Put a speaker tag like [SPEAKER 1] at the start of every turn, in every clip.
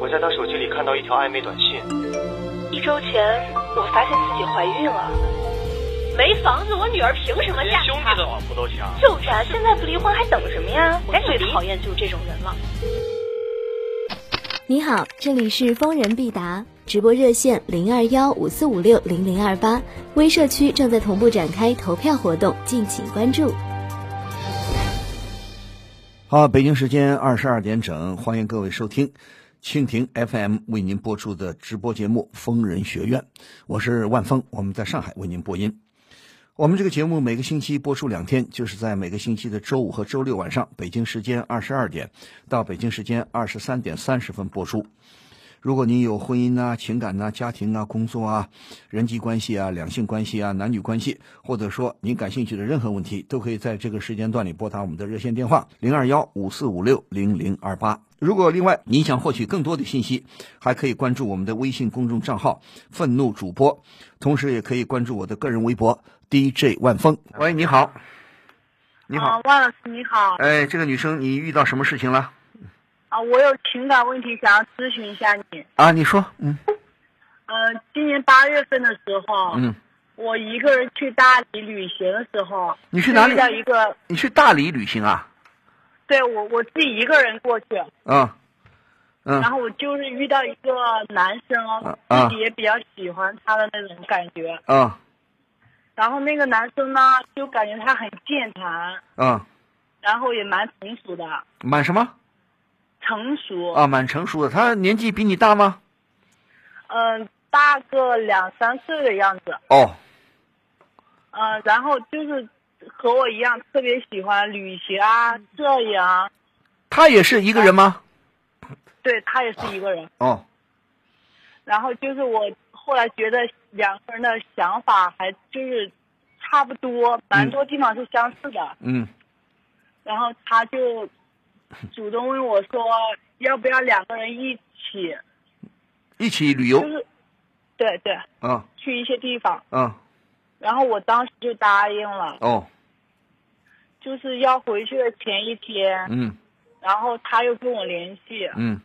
[SPEAKER 1] 我在她手机里看到一条暧昧短信。
[SPEAKER 2] 一周前，我发现自己怀孕了。没房子，我女儿凭什么嫁
[SPEAKER 1] 连兄
[SPEAKER 2] 给
[SPEAKER 1] 弟
[SPEAKER 2] 他
[SPEAKER 1] 的？老婆都抢。
[SPEAKER 2] 就这样，现在不离婚还等什么呀？
[SPEAKER 3] 我
[SPEAKER 2] 哎，
[SPEAKER 3] 不
[SPEAKER 2] 最
[SPEAKER 3] 离
[SPEAKER 2] 讨厌就是这种人了。
[SPEAKER 3] 你好，这里是疯人必答直播热线零二幺五四五六零零二八，微社区正在同步展开投票活动，敬请关注。
[SPEAKER 4] 好，北京时间二十二点整，欢迎各位收听蜻蜓 FM 为您播出的直播节目《疯人学院》，我是万峰，我们在上海为您播音。我们这个节目每个星期播出两天，就是在每个星期的周五和周六晚上，北京时间二十二点到北京时间二十三点三十分播出。如果您有婚姻呐、情感呐、家庭啊、工作啊、人际关系啊、两性关系啊、男女关系，或者说您感兴趣的任何问题，都可以在这个时间段里拨打我们的热线电话零二幺五四五六零零二八。如果另外您想获取更多的信息，还可以关注我们的微信公众账号“愤怒主播”，同时也可以关注我的个人微博 DJ 万峰。喂，你好，你好
[SPEAKER 5] 啊，，万老师你好
[SPEAKER 4] 哎，这个女生你遇到什么事情了？
[SPEAKER 5] 啊，我有情感问题想要咨询一下你。
[SPEAKER 4] 啊，你说，嗯
[SPEAKER 5] 呃，今年八月份的时候，
[SPEAKER 4] 嗯，
[SPEAKER 5] 我一个人去大理旅行的时候，
[SPEAKER 4] 你去哪里
[SPEAKER 5] 遇到一个，
[SPEAKER 4] 你去大理旅行啊？
[SPEAKER 5] 对我我自己一个人过去，
[SPEAKER 4] 啊，嗯
[SPEAKER 5] 然后我就是遇到一个男生哦
[SPEAKER 4] 啊，啊
[SPEAKER 5] 自己也比较喜欢他的那种感觉。
[SPEAKER 4] 啊
[SPEAKER 5] 然后那个男生呢，就感觉他很健谈，
[SPEAKER 4] 啊，
[SPEAKER 5] 然后也蛮成熟的，
[SPEAKER 4] 满什么
[SPEAKER 5] 成熟，
[SPEAKER 4] 啊？蛮成熟的。他年纪比你大吗？
[SPEAKER 5] 嗯、大个两三岁的样子。
[SPEAKER 4] 哦，
[SPEAKER 5] 呃，然后就是和我一样特别喜欢旅行啊、
[SPEAKER 4] 嗯
[SPEAKER 5] 摄影啊，
[SPEAKER 4] 他也是一个人吗？
[SPEAKER 5] 对他也是一个人。
[SPEAKER 4] 哦，
[SPEAKER 5] 然后就是我后来觉得两个人的想法还就是差不多，蛮多地方是相似的。
[SPEAKER 4] 嗯
[SPEAKER 5] 然后他就主动问我说，要不要两个人一起，
[SPEAKER 4] 一起旅
[SPEAKER 5] 就
[SPEAKER 4] 游
[SPEAKER 5] 是对对，
[SPEAKER 4] 啊
[SPEAKER 5] 去一些地方。
[SPEAKER 4] 啊
[SPEAKER 5] 然后我当时就答应了，
[SPEAKER 4] 哦
[SPEAKER 5] 就是要回去的前一天，
[SPEAKER 4] 嗯
[SPEAKER 5] 然后他又跟我联系，
[SPEAKER 4] 嗯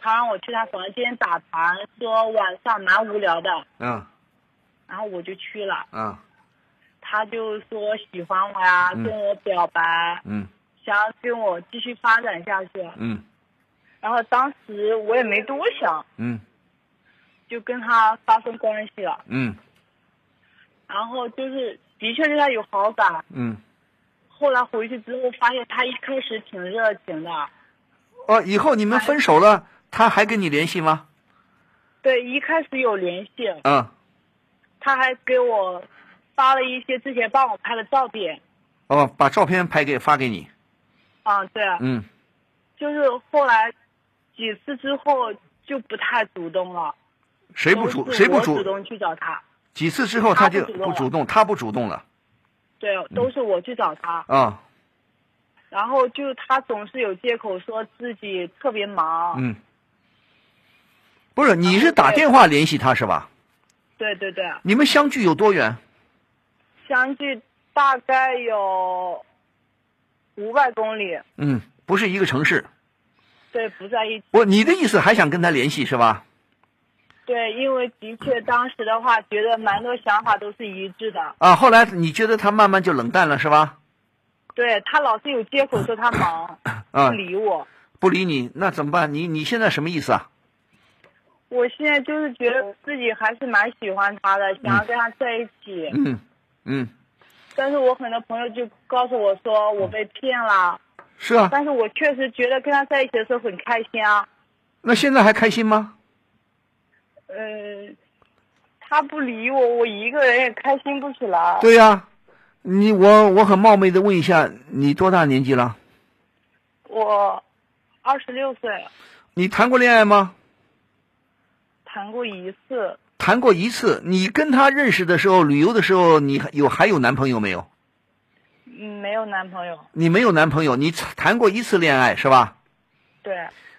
[SPEAKER 5] 他让我去他房间打牌，说晚上蛮无聊的，
[SPEAKER 4] 啊
[SPEAKER 5] 然后我就去了。
[SPEAKER 4] 啊
[SPEAKER 5] 他就说喜欢我呀，
[SPEAKER 4] 嗯
[SPEAKER 5] 跟我表白，
[SPEAKER 4] 嗯
[SPEAKER 5] 想要跟我继续发展下去。
[SPEAKER 4] 嗯
[SPEAKER 5] 然后当时我也没多想，
[SPEAKER 4] 嗯
[SPEAKER 5] 就跟他发生关系了。
[SPEAKER 4] 嗯
[SPEAKER 5] 然后就是的确对他有好感。
[SPEAKER 4] 嗯。
[SPEAKER 5] 后来回去之后发现他一开始挺热情的，
[SPEAKER 4] 哦，以后你们分手了，他还跟你联系吗？
[SPEAKER 5] 对，一开始有联系，
[SPEAKER 4] 啊
[SPEAKER 5] 他还给我发了一些之前帮我拍的照片。
[SPEAKER 4] 哦，把照片拍给发给你。
[SPEAKER 5] 啊，对，
[SPEAKER 4] 嗯
[SPEAKER 5] 就是后来几次之后就不太主动了，
[SPEAKER 4] 谁不主
[SPEAKER 5] 都是
[SPEAKER 4] 谁不
[SPEAKER 5] 我主
[SPEAKER 4] 主
[SPEAKER 5] 动去找他，
[SPEAKER 4] 几次之后
[SPEAKER 5] 他
[SPEAKER 4] 他就
[SPEAKER 5] 不主动
[SPEAKER 4] 不
[SPEAKER 5] 了
[SPEAKER 4] 主动，他不主动了
[SPEAKER 5] 对，
[SPEAKER 4] 嗯
[SPEAKER 5] 都是我去找他，
[SPEAKER 4] 啊
[SPEAKER 5] 然后就是他总是有借口说自己特别忙，
[SPEAKER 4] 嗯，不是你是
[SPEAKER 5] 然后
[SPEAKER 4] 打
[SPEAKER 5] 对
[SPEAKER 4] 电话联系他是吧？
[SPEAKER 5] 对对对，
[SPEAKER 4] 你们相距有多远？
[SPEAKER 5] 相距大概有五百公里，
[SPEAKER 4] 嗯，不是一个城市。
[SPEAKER 5] 对，不在一起，
[SPEAKER 4] 我你的意思还想跟他联系是吧？
[SPEAKER 5] 对，因为的确当时的话觉得蛮多想法都是一致的，
[SPEAKER 4] 啊，后来你觉得他慢慢就冷淡了是吧？
[SPEAKER 5] 对他老是有借口说他忙，
[SPEAKER 4] 啊
[SPEAKER 5] 不，理我。
[SPEAKER 4] 不理你，那怎么办？你你现在什么意思啊？
[SPEAKER 5] 我现在就是觉得自己还是蛮喜欢他的，想要跟他在一起。
[SPEAKER 4] 嗯嗯，
[SPEAKER 5] 但是我很多朋友就告诉我说我被骗了，
[SPEAKER 4] 是啊，
[SPEAKER 5] 但是我确实觉得跟他在一起的时候很开心啊。
[SPEAKER 4] 那现在还开心吗？
[SPEAKER 5] 嗯，他不理我，我一个人也开心不起来。
[SPEAKER 4] 对呀、你我我很冒昧的问一下，你多大年纪了？
[SPEAKER 5] 我二十六岁，
[SPEAKER 4] 你谈过恋爱吗？
[SPEAKER 5] 谈过一次，
[SPEAKER 4] 谈过一次。你跟他认识的时候，旅游的时候，你还有还有男朋友没有？
[SPEAKER 5] 嗯，没有男朋友。
[SPEAKER 4] 你没有男朋友，你谈过一次恋爱是吧？
[SPEAKER 5] 对，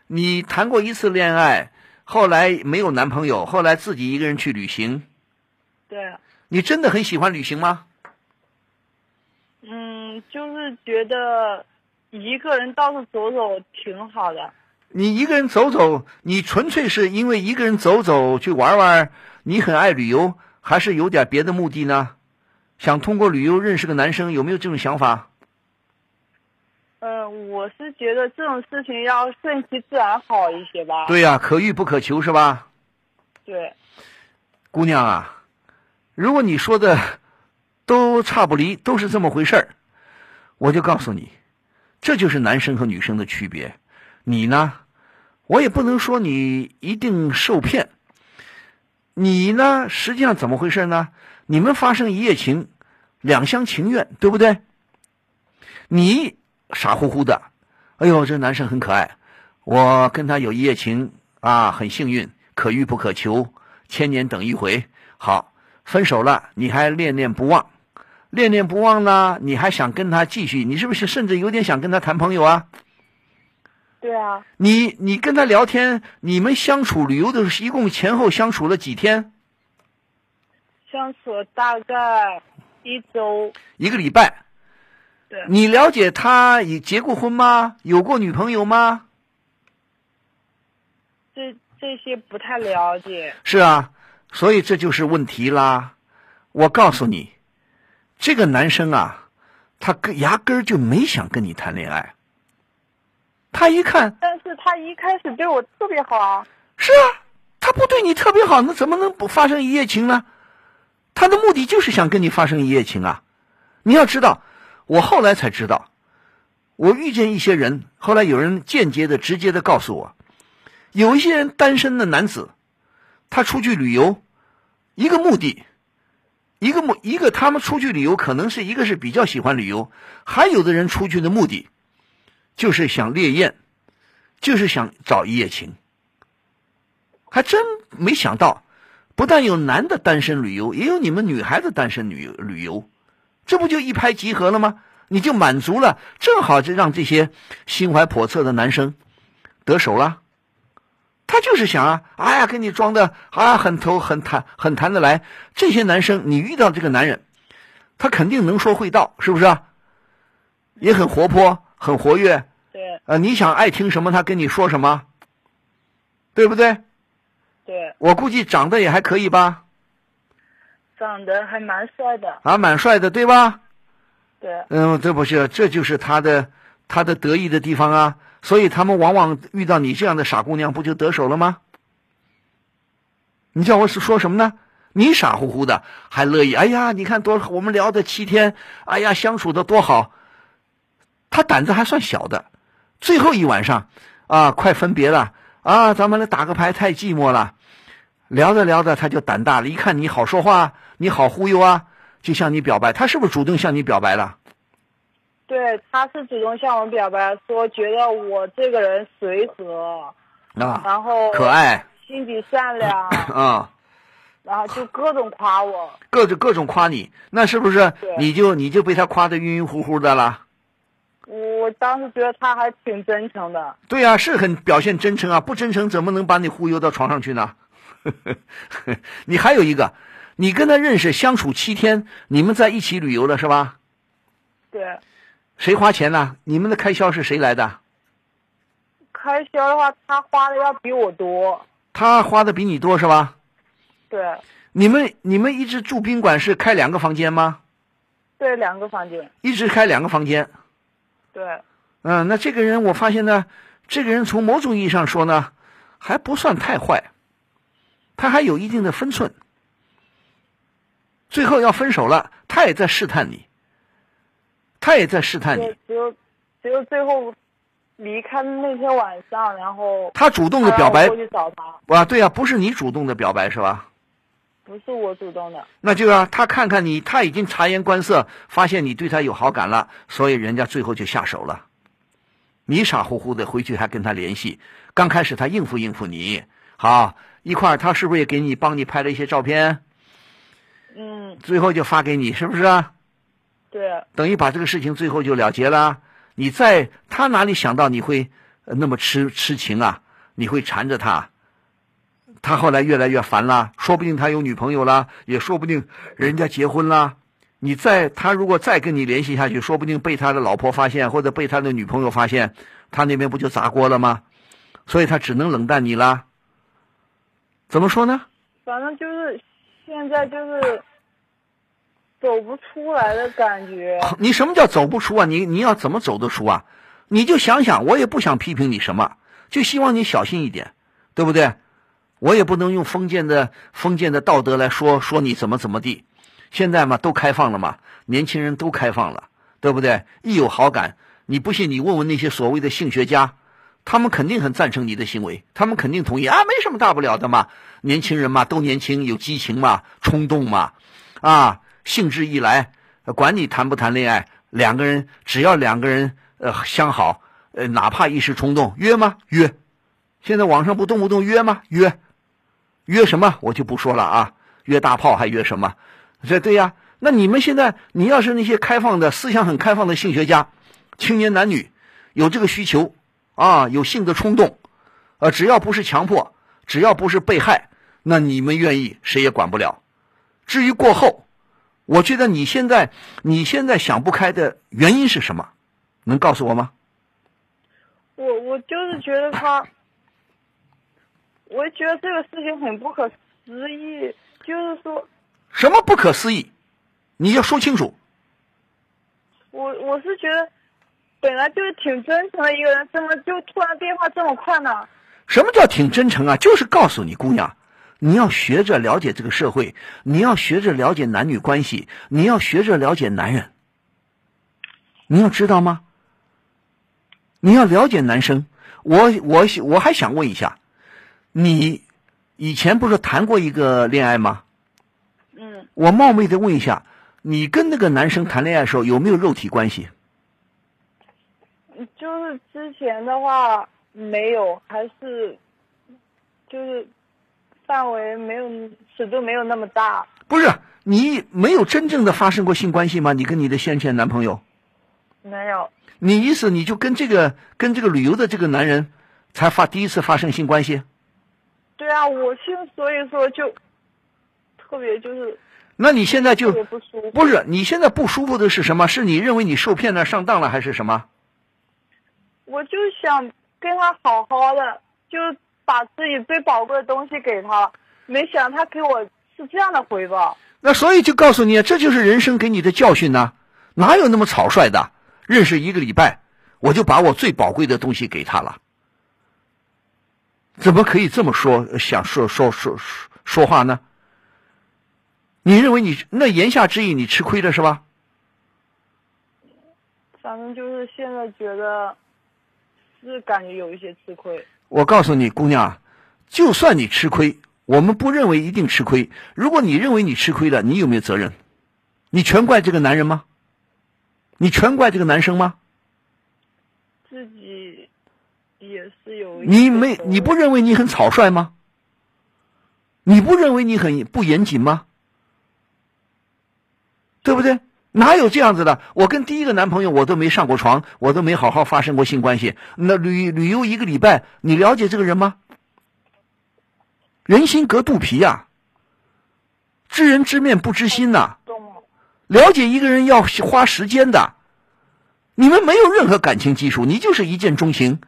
[SPEAKER 4] 你谈过一次恋爱，后来没有男朋友，后来自己一个人去旅行。
[SPEAKER 5] 对，
[SPEAKER 4] 你真的很喜欢旅行吗？
[SPEAKER 5] 嗯，就是觉得一个人到处走走挺好的。
[SPEAKER 4] 你一个人走走，你纯粹是因为一个人走走去玩玩，你很爱旅游，还是有点别的目的呢？想通过旅游认识个男生，有没有这种想法？
[SPEAKER 5] 呃，我是觉得这种事情要顺其自然好一些吧。
[SPEAKER 4] 对呀、可遇不可求是吧？
[SPEAKER 5] 对
[SPEAKER 4] 姑娘啊，如果你说的都差不离，都是这么回事儿，我就告诉你，这就是男生和女生的区别。你呢，我也不能说你一定受骗。你呢，实际上怎么回事呢？你们发生一夜情，两厢情愿，对不对？你傻乎乎的，哎呦，这男生很可爱，我跟他有一夜情啊，很幸运，可遇不可求，千年等一回。好，分手了，你还恋恋不忘，恋恋不忘呢，你还想跟他继续，你是不是甚至有点想跟他谈朋友啊？
[SPEAKER 5] 对啊，
[SPEAKER 4] 你你跟他聊天，你们相处旅游的时候，一共前后相处了几天？
[SPEAKER 5] 相处大概一周。
[SPEAKER 4] 一个礼拜。
[SPEAKER 5] 对，
[SPEAKER 4] 你了解他已结过婚吗？有过女朋友吗？
[SPEAKER 5] 这这些不太了解。
[SPEAKER 4] 是啊，所以这就是问题啦。我告诉你，这个男生啊，他根压根儿就没想跟你谈恋爱。他一看，
[SPEAKER 5] 但是他一开始对我特别好啊。
[SPEAKER 4] 是啊，他不对你特别好，那怎么能不发生一夜情呢？他的目的就是想跟你发生一夜情啊！你要知道，我后来才知道，我遇见一些人，后来有人间接的、直接的告诉我，有一些人单身的男子，他出去旅游，一个目的，一个目一个他们出去旅游，可能是一个是比较喜欢旅游，还有的人出去的目的，就是想猎艳，就是想找一夜情。还真没想到，不但有男的单身旅游，也有你们女孩子单身旅游旅游，这不就一拍即合了吗？你就满足了，正好就让这些心怀叵测的男生得手了。他就是想啊，哎呀，跟你装的啊，很投很谈很谈得来。这些男生，你遇到这个男人，他肯定能说会道，是不是啊？也很活泼，很活跃。
[SPEAKER 5] 对
[SPEAKER 4] 呃，你想爱听什么，他跟你说什么，对不对？
[SPEAKER 5] 对，
[SPEAKER 4] 我估计长得也还可以吧，
[SPEAKER 5] 长得还蛮帅的。
[SPEAKER 4] 啊，蛮帅的，对吧？
[SPEAKER 5] 对
[SPEAKER 4] 嗯，这不是，这就是他的他的得意的地方啊。所以他们往往遇到你这样的傻姑娘，不就得手了吗？你叫我说什么呢？你傻乎乎的，还乐意？哎呀，你看多我们聊的七天，哎呀，相处的多好。他胆子还算小的，最后一晚上，啊，快分别了啊，咱们来打个牌，太寂寞了。聊着聊着，他就胆大了，一看你好说话，你好忽悠啊，就向你表白。他是不是主动向你表白了？
[SPEAKER 5] 对，他是主动向我表白说，觉得我这个人随和，
[SPEAKER 4] 啊，
[SPEAKER 5] 然后
[SPEAKER 4] 可，爱
[SPEAKER 5] 心地善 良，
[SPEAKER 4] 啊，
[SPEAKER 5] 然后就各种夸我。
[SPEAKER 4] 各种各种夸你，那是不是
[SPEAKER 5] 对
[SPEAKER 4] 你就你就被他夸的晕晕乎乎的了？
[SPEAKER 5] 我当时觉得他还挺真诚的。
[SPEAKER 4] 对呀、是很表现真诚啊，不真诚怎么能把你忽悠到床上去呢？ 你还有一个，你跟他认识相处七天，你们在一起旅游了是吧？
[SPEAKER 5] 对，
[SPEAKER 4] 谁花钱呢、你们的开销是谁来的？
[SPEAKER 5] 开销的话，他花的要比我多。
[SPEAKER 4] 他花的比你多是吧？
[SPEAKER 5] 对，
[SPEAKER 4] 你们你们一直住宾馆是开两个房间吗？
[SPEAKER 5] 对，两个房间。
[SPEAKER 4] 一直开两个房间，
[SPEAKER 5] 对，
[SPEAKER 4] 嗯，那这个人我发现呢，这个人从某种意义上说呢，还不算太坏，他还有一定的分寸。最后要分手了，他也在试探你，他也在试探
[SPEAKER 5] 就
[SPEAKER 4] 你，
[SPEAKER 5] 只有只有最后离开的那天晚上，然后
[SPEAKER 4] 他主动的
[SPEAKER 5] 他
[SPEAKER 4] 表
[SPEAKER 5] 让
[SPEAKER 4] 白
[SPEAKER 5] 我过去找他，
[SPEAKER 4] 啊，对啊，不是你主动的表白是吧？
[SPEAKER 5] 不是我主动的。
[SPEAKER 4] 那就让、他看看你，他已经察言观色，发现你对他有好感了，所以人家最后就下手了。你傻乎乎的回去还跟他联系，刚开始他应付应付你，好一块儿他是不是也给你帮你拍了一些照片？
[SPEAKER 5] 嗯，
[SPEAKER 4] 最后就发给你，是不是啊？
[SPEAKER 5] 对
[SPEAKER 4] 等于把这个事情最后就了结了。你在他哪里想到你会呃那么痴痴情啊？你会缠着他，他后来越来越烦了，说不定他有女朋友了，也说不定人家结婚了。你再他如果再跟你联系下去，说不定被他的老婆发现，或者被他的女朋友发现，他那边不就砸锅了吗？所以他只能冷淡你啦。怎么说呢？
[SPEAKER 5] 反正就是现在就是走不出来的感觉。
[SPEAKER 4] 哦你什么叫走不出啊？你你要怎么走得出啊？你就想想，我也不想批评你什么，就希望你小心一点，对不对？我也不能用封建的封建的道德来说说你怎么怎么地。现在嘛，都开放了嘛，年轻人都开放了，对不对？一有好感，你不信你问问那些所谓的性学家，他们肯定很赞成你的行为，他们肯定同意啊，没什么大不了的嘛，年轻人嘛，都年轻，有激情嘛，冲动嘛，啊，兴致一来，呃管你谈不谈恋爱，两个人只要两个人呃相好，呃哪怕一时冲动，约吗？约。现在网上不动不动约吗？约，约什么我就不说了啊，约大炮还约什么？这对呀，那你们现在你要是那些开放的思想很开放的性学家，青年男女有这个需求啊，有性的冲动，呃，只要不是强迫，只要不是被害，那你们愿意谁也管不了。至于过后，我觉得你现在你现在想不开的原因是什么？能告诉我吗？
[SPEAKER 5] 我我就是觉得他，我觉得这个事情很不可思议，就是说。
[SPEAKER 4] 什么不可思议？你要说清楚。
[SPEAKER 5] 我我是觉得，本来就是挺真诚的一个人，怎么就突然变化这么快呢？
[SPEAKER 4] 什么叫挺真诚啊？就是告诉你，姑娘，你要学着了解这个社会，你要学着了解男女关系，你要学着了解男人。你要知道吗？你要了解男生。我我我还想问一下，你以前不是谈过一个恋爱吗？
[SPEAKER 5] 嗯，
[SPEAKER 4] 我冒昧的问一下，你跟那个男生谈恋爱的时候有没有肉体关系？
[SPEAKER 5] 嗯就是之前的话没有，还是就是范围没有尺度没有那么大。
[SPEAKER 4] 不是，你没有真正的发生过性关系吗？你跟你的先前男朋友，
[SPEAKER 5] 没有，
[SPEAKER 4] 你意思你就跟这个跟这个旅游的这个男人才发第一次发生性关系？
[SPEAKER 5] 对啊，我现所以说就特别就是
[SPEAKER 4] 那你现在
[SPEAKER 5] 特别
[SPEAKER 4] 就
[SPEAKER 5] 不舒服。
[SPEAKER 4] 不是你现在不舒服的是什么？是你认为你受骗了、上当了，还是什么？
[SPEAKER 5] 我就想跟他好好的，就把自己最宝贵的东西给他，没想到他给我是这样的回报。
[SPEAKER 4] 那所以就告诉你，这就是人生给你的教训呐、哪有那么草率的？认识一个礼拜，我就把我最宝贵的东西给他了，怎么可以这么说？呃想说说说说说话呢？你认为你那言下之意你吃亏了是吧？
[SPEAKER 5] 反正就是现在觉得是感觉有一些吃亏。
[SPEAKER 4] 我告诉你，姑娘啊，就算你吃亏，我们不认为一定吃亏。如果你认为你吃亏了，你有没有责任？你全怪这个男人吗？你全怪这个男生吗？
[SPEAKER 5] 自己也是有一
[SPEAKER 4] 你
[SPEAKER 5] 些
[SPEAKER 4] 没
[SPEAKER 5] 责任
[SPEAKER 4] 你不认为你很草率吗？你不认为你很不严谨吗？对不对？哪有这样子的？我跟第一个男朋友我都没上过床，我都没好好发生过性关系。那旅旅游一个礼拜，你了解这个人吗？人心隔肚皮呀、知人知面不知心呐、
[SPEAKER 5] 动，
[SPEAKER 4] 了解一个人要花时间的。你们没有任何感情基础，你就是一见钟情，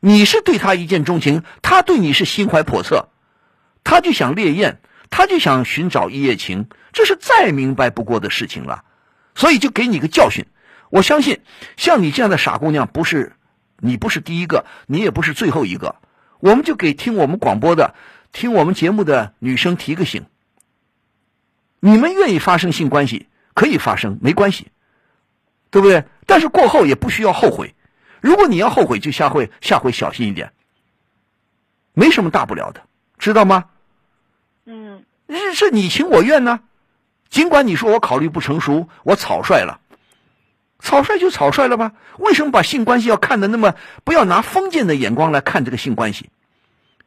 [SPEAKER 4] 你是对他一见钟情，他对你是心怀叵测，他就想烈焰，他就想寻找一夜情，这是再明白不过的事情了。所以就给你个教训，我相信像你这样的傻姑娘不是你不是第一个，你也不是最后一个。我们就给听我们广播的、听我们节目的女生提个醒，你们愿意发生性关系可以发生，没关系，对不对？但是过后也不需要后悔。如果你要后悔，就下回下回小心一点，没什么大不了的，知道吗？
[SPEAKER 5] 嗯，
[SPEAKER 4] 是是你情我愿呢。尽管你说我考虑不成熟，我草率了，草率就草率了吧？为什么把性关系要看得那么不要拿封建的眼光来看这个性关系？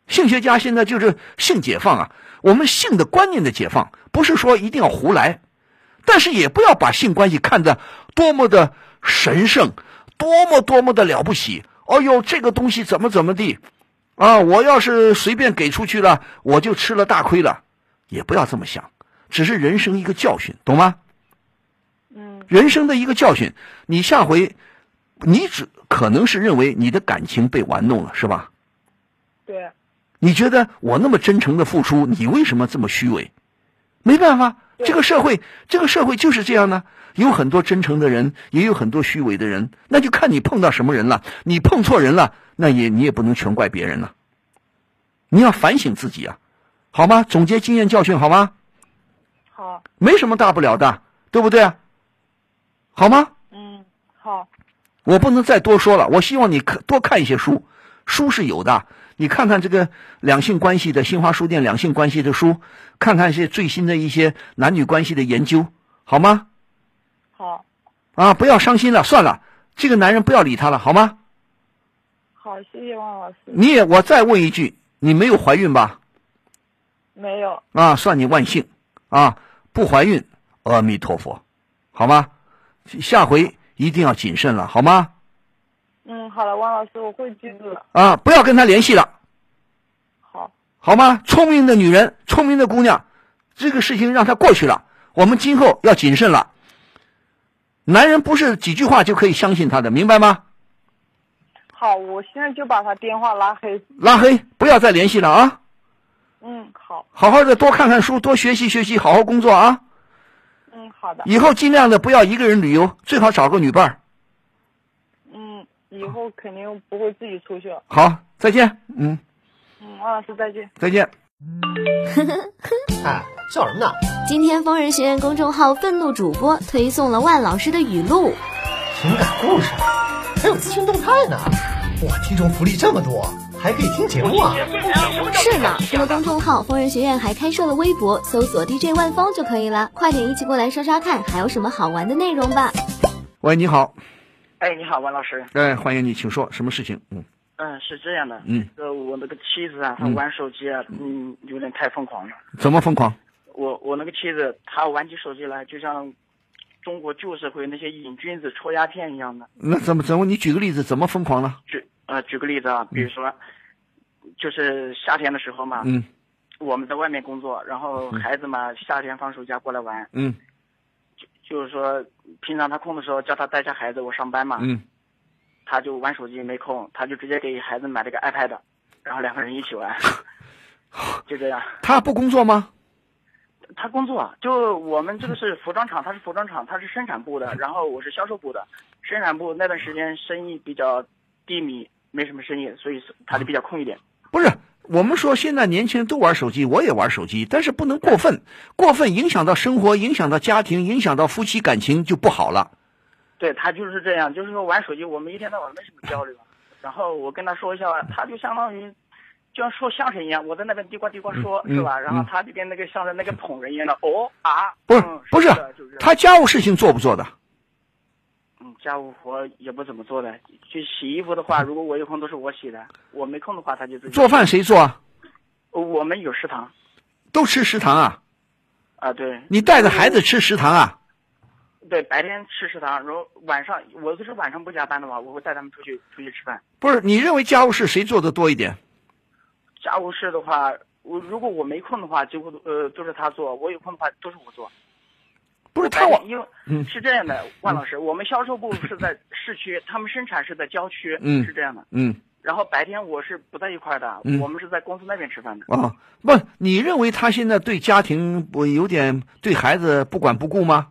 [SPEAKER 4] 性学家现在就是性解放啊，我们性的观念的解放，不是说一定要胡来，但是也不要把性关系看得多么的神圣，多么多么的了不起。哦呦，这个东西怎么怎么地，啊，我要是随便给出去了，我就吃了大亏了。也不要这么想，只是人生一个教训，懂吗？
[SPEAKER 5] 嗯，
[SPEAKER 4] 人生的一个教训，你下回，你只可能是认为你的感情被玩弄了，是吧？
[SPEAKER 5] 对，
[SPEAKER 4] 你觉得我那么真诚的付出，你为什么这么虚伪？没办法，
[SPEAKER 5] 对
[SPEAKER 4] 这个社会，这个社会就是这样呢。有很多真诚的人，也有很多虚伪的人，那就看你碰到什么人了。你碰错人了，那也你也不能全怪别人了。你要反省自己啊，好吗？总结经验教训，好吗？
[SPEAKER 5] 好，
[SPEAKER 4] 没什么大不了的，对不对啊？好吗？
[SPEAKER 5] 嗯，好，
[SPEAKER 4] 我不能再多说了。我希望你看多看一些书，书是有的。你看看这个两性关系的新华书店两性关系的书，看看一些最新的一些男女关系的研究，好吗？
[SPEAKER 5] 好，
[SPEAKER 4] 啊，不要伤心了，算了，这个男人不要理他了，好吗？
[SPEAKER 5] 好，谢谢汪老师。
[SPEAKER 4] 你也，我再问一句，你没有怀孕吧？
[SPEAKER 5] 没有，
[SPEAKER 4] 啊，算你万幸，啊，不怀孕，阿弥陀佛，好吗？下回一定要谨慎了，好吗？
[SPEAKER 5] 嗯，好了，汪老师，我会记住的。
[SPEAKER 4] 啊，不要跟他联系了。
[SPEAKER 5] 好，
[SPEAKER 4] 好吗？聪明的女人，聪明的姑娘，这个事情让她过去了。我们今后要谨慎了。男人不是几句话就可以相信他的，明白吗？
[SPEAKER 5] 好，我现在就把他电话拉黑。
[SPEAKER 4] 拉黑，不要再联系了啊！
[SPEAKER 5] 嗯，好，
[SPEAKER 4] 好好的多看看书，多学习学习，好好工作啊！
[SPEAKER 5] 嗯，好的，
[SPEAKER 4] 以后尽量的不要一个人旅游，最好找个女伴儿。
[SPEAKER 5] 嗯，以后肯定不会自己出去了。
[SPEAKER 4] 好，再见，嗯，
[SPEAKER 5] 嗯，汪老师再见。
[SPEAKER 4] 再见。
[SPEAKER 6] 哎，笑什么呢？
[SPEAKER 3] 今天疯人学院公众号愤怒主播推送了万老师的语录，
[SPEAKER 6] 情感故事，啊还有资讯动态呢。哇，听众福利这么多，还可以听节目啊！
[SPEAKER 3] 是呢，除了公众号，疯人学院还开设了微博，搜索 DJ 万峰就可以了。快点一起过来刷刷看，还有什么好玩的内容吧。
[SPEAKER 4] 喂，你好，
[SPEAKER 7] 哎，你好，王老师。
[SPEAKER 4] 哎，欢迎你，请说什么事情？嗯
[SPEAKER 7] 嗯，是这样的，
[SPEAKER 4] 嗯，
[SPEAKER 7] 呃，我那个妻子啊，她玩手机啊，嗯，有点太疯狂了。
[SPEAKER 4] 怎么疯狂？
[SPEAKER 7] 我我那个妻子，她玩起手机来，就像中国旧社会那些瘾君子抽鸦片一样的。
[SPEAKER 4] 那怎么怎么？你举个例子，怎么疯狂了？
[SPEAKER 7] 举呃，举个例子啊，比如说，就是夏天的时候嘛，
[SPEAKER 4] 嗯
[SPEAKER 7] 我们在外面工作，然后孩子嘛，夏天放暑假过来玩，
[SPEAKER 4] 嗯
[SPEAKER 7] 就是说平常他空的时候叫他带下孩子，我上班嘛，
[SPEAKER 4] 嗯，
[SPEAKER 7] 他就玩手机没空，他就直接给孩子买了个 iPad，然后两个人一起 玩，就这样。
[SPEAKER 4] 他不工作吗？
[SPEAKER 7] 他工作就我们这个是 服装厂，他是服装厂，他是生产 部的，然后我是销售部的。生产部那段时间生意比较低迷，没什么生意，所以是他就比较空一点。
[SPEAKER 4] 不是，我们说现在年轻人都玩手机，我也玩手机，但是不能过分，过分影响到生活，影响到家庭，影响到夫妻感情就不好了。
[SPEAKER 7] 对他就是这样，就是说玩手机，我们一天到晚没什么交流。然后我跟他说一下，他就相当于就像说相声一样，我在那边嘀呱嘀呱说，
[SPEAKER 4] 嗯
[SPEAKER 7] 是吧？
[SPEAKER 4] 嗯
[SPEAKER 7] 然后他就跟那个相声那个捧人一样的，哦啊，
[SPEAKER 4] 不是
[SPEAKER 7] 嗯、
[SPEAKER 4] 不是
[SPEAKER 7] 的就这，样
[SPEAKER 4] 他家务事情做不做的？
[SPEAKER 7] 嗯，家务活也不怎么做的，就洗衣服的话，如果我有空都是我洗的，我没空的话他就自己
[SPEAKER 4] 做饭谁做啊？
[SPEAKER 7] 我们有食堂
[SPEAKER 4] 都吃食堂啊？
[SPEAKER 7] 啊，对
[SPEAKER 4] 你带着孩子吃食堂啊？
[SPEAKER 7] 对，白天吃食堂，然后晚上我就是晚上不加班的话，我会带他们出去出去吃饭。
[SPEAKER 4] 不是，你认为家务事谁做的多一点？
[SPEAKER 7] 家务事的话，我如果我没空的话，几乎都呃都是他做；我有空的话，都是我做。
[SPEAKER 4] 不是
[SPEAKER 7] 白
[SPEAKER 4] 他
[SPEAKER 7] 天
[SPEAKER 4] 往
[SPEAKER 7] 因为、
[SPEAKER 4] 嗯
[SPEAKER 7] 是这样的，万老师，我们销售部是在市区，他们生产是在郊区，
[SPEAKER 4] 嗯
[SPEAKER 7] 是这样的。
[SPEAKER 4] 嗯
[SPEAKER 7] 然后白天我是不在一块儿的，
[SPEAKER 4] 嗯
[SPEAKER 7] 我们是在公司那边吃饭的。
[SPEAKER 4] 啊，不，你认为他现在对家庭不有点对孩子不管不顾吗？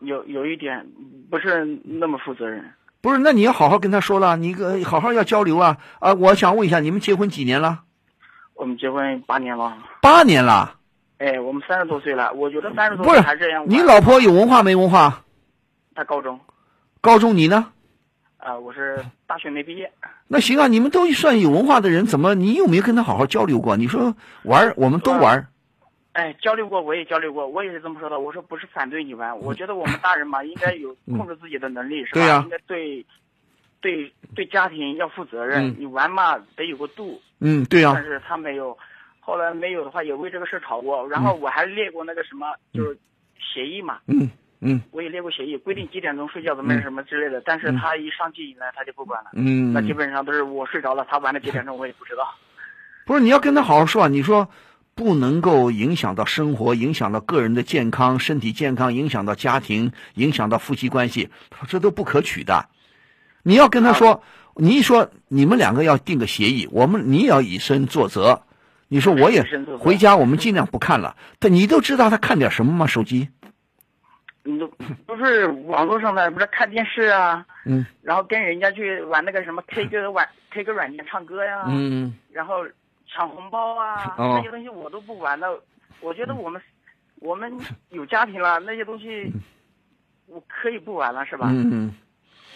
[SPEAKER 7] 有有一点不是那么负责任，
[SPEAKER 4] 不是，那你要好好跟他说了，你个好好要交流啊啊！我想问一下，你们结婚几年了？
[SPEAKER 7] 我们结婚八年了。
[SPEAKER 4] 八年了。
[SPEAKER 7] 哎，我们三十多岁了，我觉得三十多
[SPEAKER 4] 不
[SPEAKER 7] 岁
[SPEAKER 4] 是
[SPEAKER 7] 还这样玩。
[SPEAKER 4] 你老婆有文化没文化？
[SPEAKER 7] 他高中
[SPEAKER 4] 高中你呢？
[SPEAKER 7] 啊、我是大学没毕业，
[SPEAKER 4] 那行啊，你们都算有文化的人，怎么你有没有跟他好好交流过？你说玩儿，我们都玩儿，
[SPEAKER 7] 哎，交流过，我也交流过，我也是这么说的。我说不是反对你玩，我觉得我们大人嘛，应该有控制自己的能力，
[SPEAKER 4] 嗯
[SPEAKER 7] 是吧？
[SPEAKER 4] 对呀
[SPEAKER 7] 应该对，对对家庭要负责任。
[SPEAKER 4] 嗯
[SPEAKER 7] 你玩嘛得有个度，
[SPEAKER 4] 嗯，对呀、
[SPEAKER 7] 但是他没有，后来没有的话也为这个事吵过。然后我还列过那个什么，就是协议嘛，
[SPEAKER 4] 嗯嗯
[SPEAKER 7] 我也列过协议，规定几点钟睡觉，怎么样什么之类的。但是他一上记以来，他就不管了。那基
[SPEAKER 4] 嗯，
[SPEAKER 7] 本上都是我睡着了，他玩了几点钟我也不知道。
[SPEAKER 4] 不是你要跟他好好说啊，你说。不能够影响到生活，影响到个人的健康、身体健康，影响到家庭，影响到夫妻关系，这都不可取的。你要跟他
[SPEAKER 7] 啊
[SPEAKER 4] 说，你一说你们两个要定个协议，我们你也要以身作则。你说我也
[SPEAKER 7] 以身作则
[SPEAKER 4] 回家，我们尽量不看了。但你都知道他看点什么吗？手机？
[SPEAKER 7] 你都都是网络上的，不是看电视啊，
[SPEAKER 4] 嗯
[SPEAKER 7] 然后跟人家去玩那个什么 K 歌软 K 歌软件唱歌呀、
[SPEAKER 4] 嗯
[SPEAKER 7] 然后抢红包啊，
[SPEAKER 4] 哦
[SPEAKER 7] 那些东西我都不玩的。我觉得我们、我们有家庭了，那些东西我可以不玩了，是吧？
[SPEAKER 4] 嗯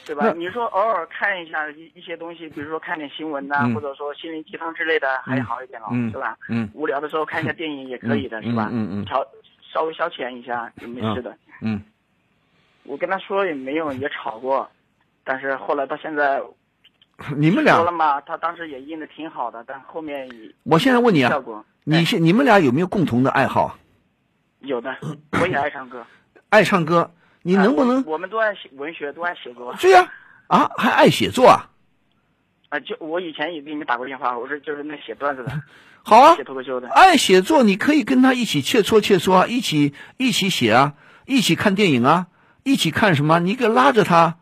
[SPEAKER 7] 对
[SPEAKER 4] 那
[SPEAKER 7] 吧？你说偶尔看一下一一些东西，比如说看点新闻呐、
[SPEAKER 4] 嗯
[SPEAKER 7] 或者说心灵鸡汤之类的，还好一点了，
[SPEAKER 4] 嗯
[SPEAKER 7] 是吧？
[SPEAKER 4] 嗯
[SPEAKER 7] 无聊的时候看一下电影也可以的，
[SPEAKER 4] 嗯
[SPEAKER 7] 是吧？
[SPEAKER 4] 嗯嗯嗯
[SPEAKER 7] 调稍微消遣一下也没事的。
[SPEAKER 4] 嗯
[SPEAKER 7] 我跟他说也没用，也吵过，但是后来到现在
[SPEAKER 4] 嗯，你们
[SPEAKER 7] 说了
[SPEAKER 4] 俩，
[SPEAKER 7] 嘛，他当时也应的挺好的，但后面也
[SPEAKER 4] 我现在问你啊
[SPEAKER 7] 效，果
[SPEAKER 4] 你现你们俩有没有共同的爱好？
[SPEAKER 7] 有的，我也爱唱歌。
[SPEAKER 4] 爱唱歌， 你能不能
[SPEAKER 7] 啊？我们都爱写文学，都爱写作。
[SPEAKER 4] 对呀、啊，还爱写作啊？
[SPEAKER 7] 啊，就我以前也给你们打过电话，我说就是那写段子的，
[SPEAKER 4] 好啊
[SPEAKER 7] 写，脱口秀的。
[SPEAKER 4] 爱写作，你可以跟他一起切磋切磋啊，一起一起写啊，一起看电影啊，一起看什么？啊你给拉着他，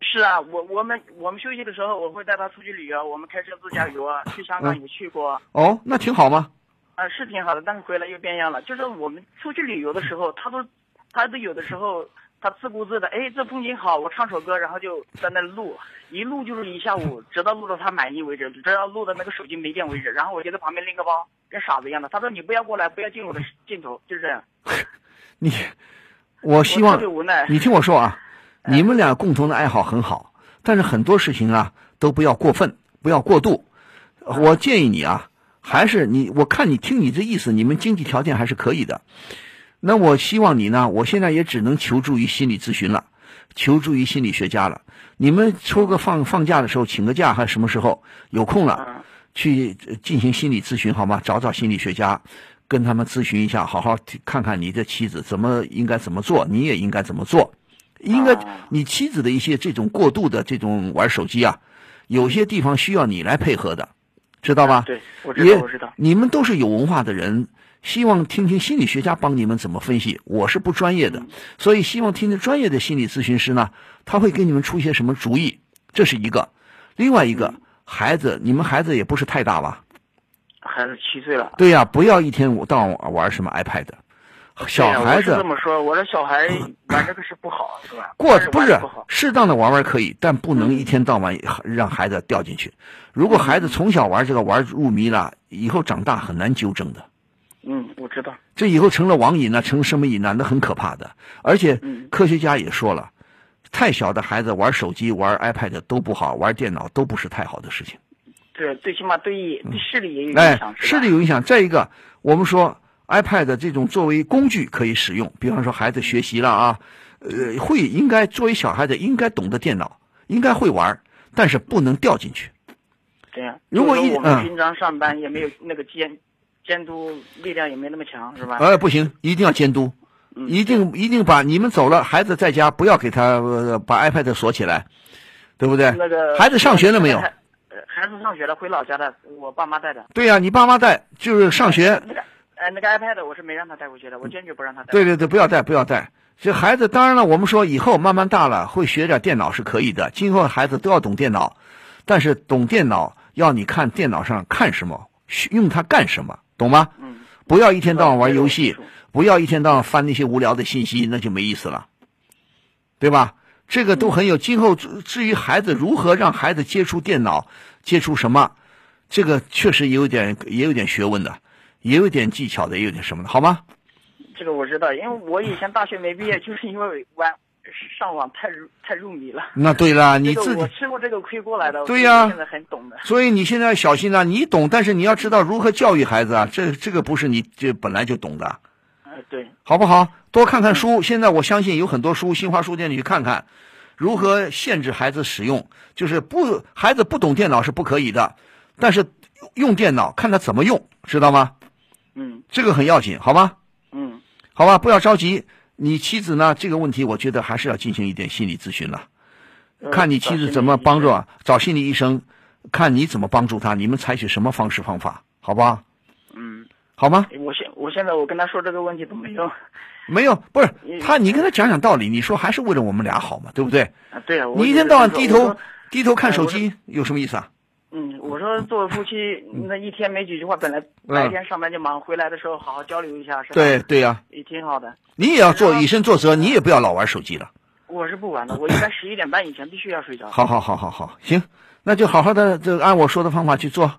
[SPEAKER 7] 是啊，我我们我们休息的时候，我会带他出去旅游，我们开车自驾游啊，去香
[SPEAKER 4] 嗯
[SPEAKER 7] 港也去过，
[SPEAKER 4] 哦，那挺好吗？
[SPEAKER 7] 啊，是挺好的，但是回来又变样了。就是我们出去旅游的时候，他都他都有的时候。他自顾自的，哎，这风景好，我唱首歌，然后就在那录，一录就是一下午，直到录到他满意为止，直到录到那个手机没电为止。然后我就在旁边拎个包，跟傻子一样的。他说：“你不要过来，不要进我的镜头。”就是这样。
[SPEAKER 4] 你，我希望
[SPEAKER 7] 我特别无奈嗯
[SPEAKER 4] 你听我说 啊，你们俩共同的爱好很好，但是很多事情啊都不要过分，不要过度。我建议你啊，还是你，我看你听你这意思，你们经济条件还是可以的。那我希望你呢，我现在也只能求助于心理咨询了，求助于心理学家了。你们抽个放放假的时候，请个假还是什么时候有空了
[SPEAKER 7] 嗯，
[SPEAKER 4] 去呃进行心理咨询好吗？找找心理学家，跟他们咨询一下，好好提看看你的妻子怎么应该怎么做，你也应该怎么做。应该
[SPEAKER 7] 啊
[SPEAKER 4] 你妻子的一些这种过度的这种玩手机啊，有些地方需要你来配合的，知道吧？
[SPEAKER 7] 对，我知
[SPEAKER 4] 也
[SPEAKER 7] 道，我知道。
[SPEAKER 4] 你们都是有文化的人，希望听听心理学家帮你们怎么分析。我是不专业的，
[SPEAKER 7] 嗯
[SPEAKER 4] 所以希望听听专业的心理咨询师呢，他会给你们出一些什么主意。这是一个，另外一个
[SPEAKER 7] 嗯
[SPEAKER 4] 孩子，你们孩子也不是太大吧？
[SPEAKER 7] 孩子七岁了，
[SPEAKER 4] 对呀、不要一天到晚玩什么 iPad，小
[SPEAKER 7] 对呀
[SPEAKER 4] 孩
[SPEAKER 7] 我是
[SPEAKER 4] 子嗯
[SPEAKER 7] 这么说，我说小孩玩这个是不好，是吧？
[SPEAKER 4] 过不
[SPEAKER 7] 玩
[SPEAKER 4] 是
[SPEAKER 7] 得不好，
[SPEAKER 4] 适当的玩玩可以，但不能一天到晚让孩子掉进去。如果孩子从小玩这个玩入迷了，以后长大很难纠正的。
[SPEAKER 7] 嗯，我知道，
[SPEAKER 4] 这以后成了网瘾呢，成什么瘾呢？那很可怕的。而且
[SPEAKER 7] 嗯
[SPEAKER 4] 科学家也说了，太小的孩子玩手机、玩 iPad 都不好，玩电脑都不是太好的事情。
[SPEAKER 7] 对，最起码对对视力也有
[SPEAKER 4] 哎
[SPEAKER 7] 影响，，
[SPEAKER 4] 视
[SPEAKER 7] 吧
[SPEAKER 4] 力有影响。再一个，我们说 iPad 这种作为工具可以使用，比方说孩子学习了啊，呃，会应该作为小孩子应该懂得电脑，应该会玩，但是不能掉进去。
[SPEAKER 7] 对呀。
[SPEAKER 4] 如果一
[SPEAKER 7] 就是说我
[SPEAKER 4] 嗯
[SPEAKER 7] 们平常上班也没有那个监监督力量也没那么强，是吧？
[SPEAKER 4] 呃，不行，一定要监督，
[SPEAKER 7] 哎嗯
[SPEAKER 4] 一定一定把你们走了，孩子在家不要给他、呃把 iPad 锁起来，对不对？
[SPEAKER 7] 那个
[SPEAKER 4] 孩子上学了没有？
[SPEAKER 7] 孩呃孩子上学了，回老家的，我爸妈带的。
[SPEAKER 4] 对呀、你爸妈带就是上学，
[SPEAKER 7] 那个，呃，那个 iPad 我是没让他带回去的，我坚决不让他带。
[SPEAKER 4] 对对对，不要带，不要带。这孩子当然了，我们说以后慢慢大了会学点电脑是可以的，今后孩子都要懂电脑，但是懂电脑要你看电脑上看什么，需用它干什么，懂吗？
[SPEAKER 7] 嗯，
[SPEAKER 4] 不要一天到晚玩游戏
[SPEAKER 7] 这个我清楚，
[SPEAKER 4] 不要一天到晚翻那些无聊的信息，那就没意思了，对吧？这个都很有。今后至至于孩子如何让孩子接触电脑，接触什么，这个确实也有点也有点学问的，也有点技巧的，也有点什么的，好吗？
[SPEAKER 7] 这个我知道，因为我以前大学没毕业，就是因为玩上网太入太入迷了。
[SPEAKER 4] 那对了，你
[SPEAKER 7] 这个
[SPEAKER 4] 自己
[SPEAKER 7] 我吃过这个亏过来的，
[SPEAKER 4] 对呀
[SPEAKER 7] 我现在很懂的。
[SPEAKER 4] 所以你现在要小心了、你懂，但是你要知道如何教育孩子啊，这这个不是你这本来就懂的，
[SPEAKER 7] 呃，对，
[SPEAKER 4] 好不好？多看看书，现在我相信有很多书，新华书店你去看看，如何限制孩子使用，就是不孩子不懂电脑是不可以的，但是用电脑看他怎么用，知道吗？
[SPEAKER 7] 嗯
[SPEAKER 4] 这个很要紧，好吗？
[SPEAKER 7] 嗯，
[SPEAKER 4] 好吧，不要着急。你妻子呢？这个问题我觉得还是要进行一点心理咨询了。
[SPEAKER 7] 呃
[SPEAKER 4] 看你妻子怎么帮助，啊，找心理医生，看你怎么帮助她，你们采取什么方式方法，好吧？
[SPEAKER 7] 嗯，
[SPEAKER 4] 好吗？
[SPEAKER 7] 我现我我现在我跟他说这个问题都没用。
[SPEAKER 4] 没有，不是
[SPEAKER 7] 嗯
[SPEAKER 4] 他，你跟他讲讲道理，你说还是为了我们俩好嘛，对不对？
[SPEAKER 7] 啊对啊，我
[SPEAKER 4] 你一
[SPEAKER 7] 也
[SPEAKER 4] 天
[SPEAKER 7] 是
[SPEAKER 4] 到晚
[SPEAKER 7] 这么
[SPEAKER 4] 低
[SPEAKER 7] 说我
[SPEAKER 4] 头
[SPEAKER 7] 说
[SPEAKER 4] 低头看手
[SPEAKER 7] 哎
[SPEAKER 4] 机有什么意思啊？
[SPEAKER 7] 嗯，我说作为夫妻，
[SPEAKER 4] 嗯
[SPEAKER 7] 那一天没几句话，本来白天上班就忙，回来的时候好好交流一下，是吧？啊
[SPEAKER 4] 对，对呀、
[SPEAKER 7] 也挺好的。
[SPEAKER 4] 你也要做以身作则，你也不要老玩手机了。
[SPEAKER 7] 我是不玩的，我一般十一点半以前必须要睡觉。，
[SPEAKER 4] 好好好好好，行，那就好好的就按我说的方法去做，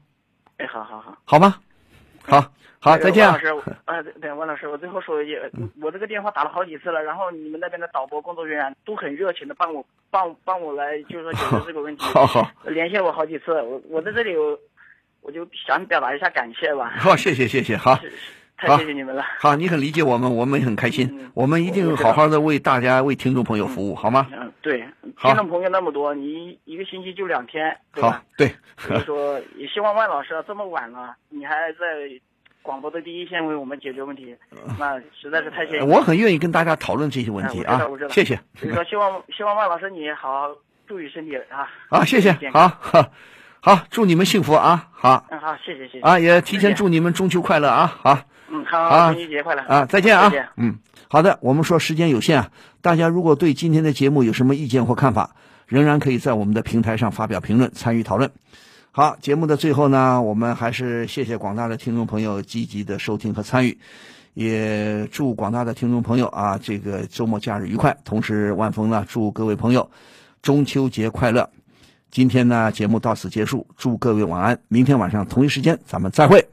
[SPEAKER 7] 哎，好好好，
[SPEAKER 4] 好吗？好，好，
[SPEAKER 7] 那
[SPEAKER 4] 啊
[SPEAKER 7] 个
[SPEAKER 4] 再见啊嗯
[SPEAKER 7] 王老！师，哎我啊，对对，王老师，我最后说一句，我这个电话打了好几次了，然后你们那边的导播工作人员都很热情的帮我帮帮我来，就是说解决这个问题，
[SPEAKER 4] 好好，
[SPEAKER 7] 联系我好几次，我我在这里我我就想表达一下感谢吧，
[SPEAKER 4] 好，谢谢谢谢，好
[SPEAKER 7] 是是太
[SPEAKER 4] 好
[SPEAKER 7] 谢谢你们了。
[SPEAKER 4] 好，你很理解我们，我们也很开
[SPEAKER 7] 嗯
[SPEAKER 4] 心
[SPEAKER 7] 嗯，
[SPEAKER 4] 我们一
[SPEAKER 7] 我
[SPEAKER 4] 定
[SPEAKER 7] 知道
[SPEAKER 4] 好好的为大家为听众朋友服务，好吗？
[SPEAKER 7] 嗯，对，
[SPEAKER 4] 好
[SPEAKER 7] 听众朋友那么多，你一个星期就两天，嗯对
[SPEAKER 4] 好
[SPEAKER 7] 吧？，
[SPEAKER 4] 对，
[SPEAKER 7] 所以说，也希望万老师啊，这么晚了，你还在广播的第一线为我们解决问题，那实在是太谢谢
[SPEAKER 4] 呃
[SPEAKER 7] 你。
[SPEAKER 4] 我很愿意跟大家讨论这些问题
[SPEAKER 7] 哎我知
[SPEAKER 4] 啊
[SPEAKER 7] 道我知，道
[SPEAKER 4] 谢谢
[SPEAKER 7] 所以说，希望希望万老师你好好注意身体啊。
[SPEAKER 4] 啊，谢谢
[SPEAKER 7] 健，康
[SPEAKER 4] 好，好好，祝你们幸福啊，好
[SPEAKER 7] 嗯，好，谢谢谢谢。
[SPEAKER 4] 啊，也提
[SPEAKER 7] 再
[SPEAKER 4] 前
[SPEAKER 7] 见
[SPEAKER 4] 祝你们中秋快乐啊，好。
[SPEAKER 7] 嗯，好，
[SPEAKER 4] 啊
[SPEAKER 7] 好情人节快乐
[SPEAKER 4] 啊，再见啊，
[SPEAKER 7] 再见
[SPEAKER 4] 嗯，好的，我们说时间有限啊，大家如果对今天的节目有什么意见或看法，仍然可以在我们的平台上发表评论，参与讨论。好，节目的最后呢，我们还是谢谢广大的听众朋友积极的收听和参与，也祝广大的听众朋友啊，这个周末假日愉快。同时，万峰呢，祝各位朋友中秋节快乐。今天呢，节目到此结束，祝各位晚安。明天晚上同一时间，咱们再会。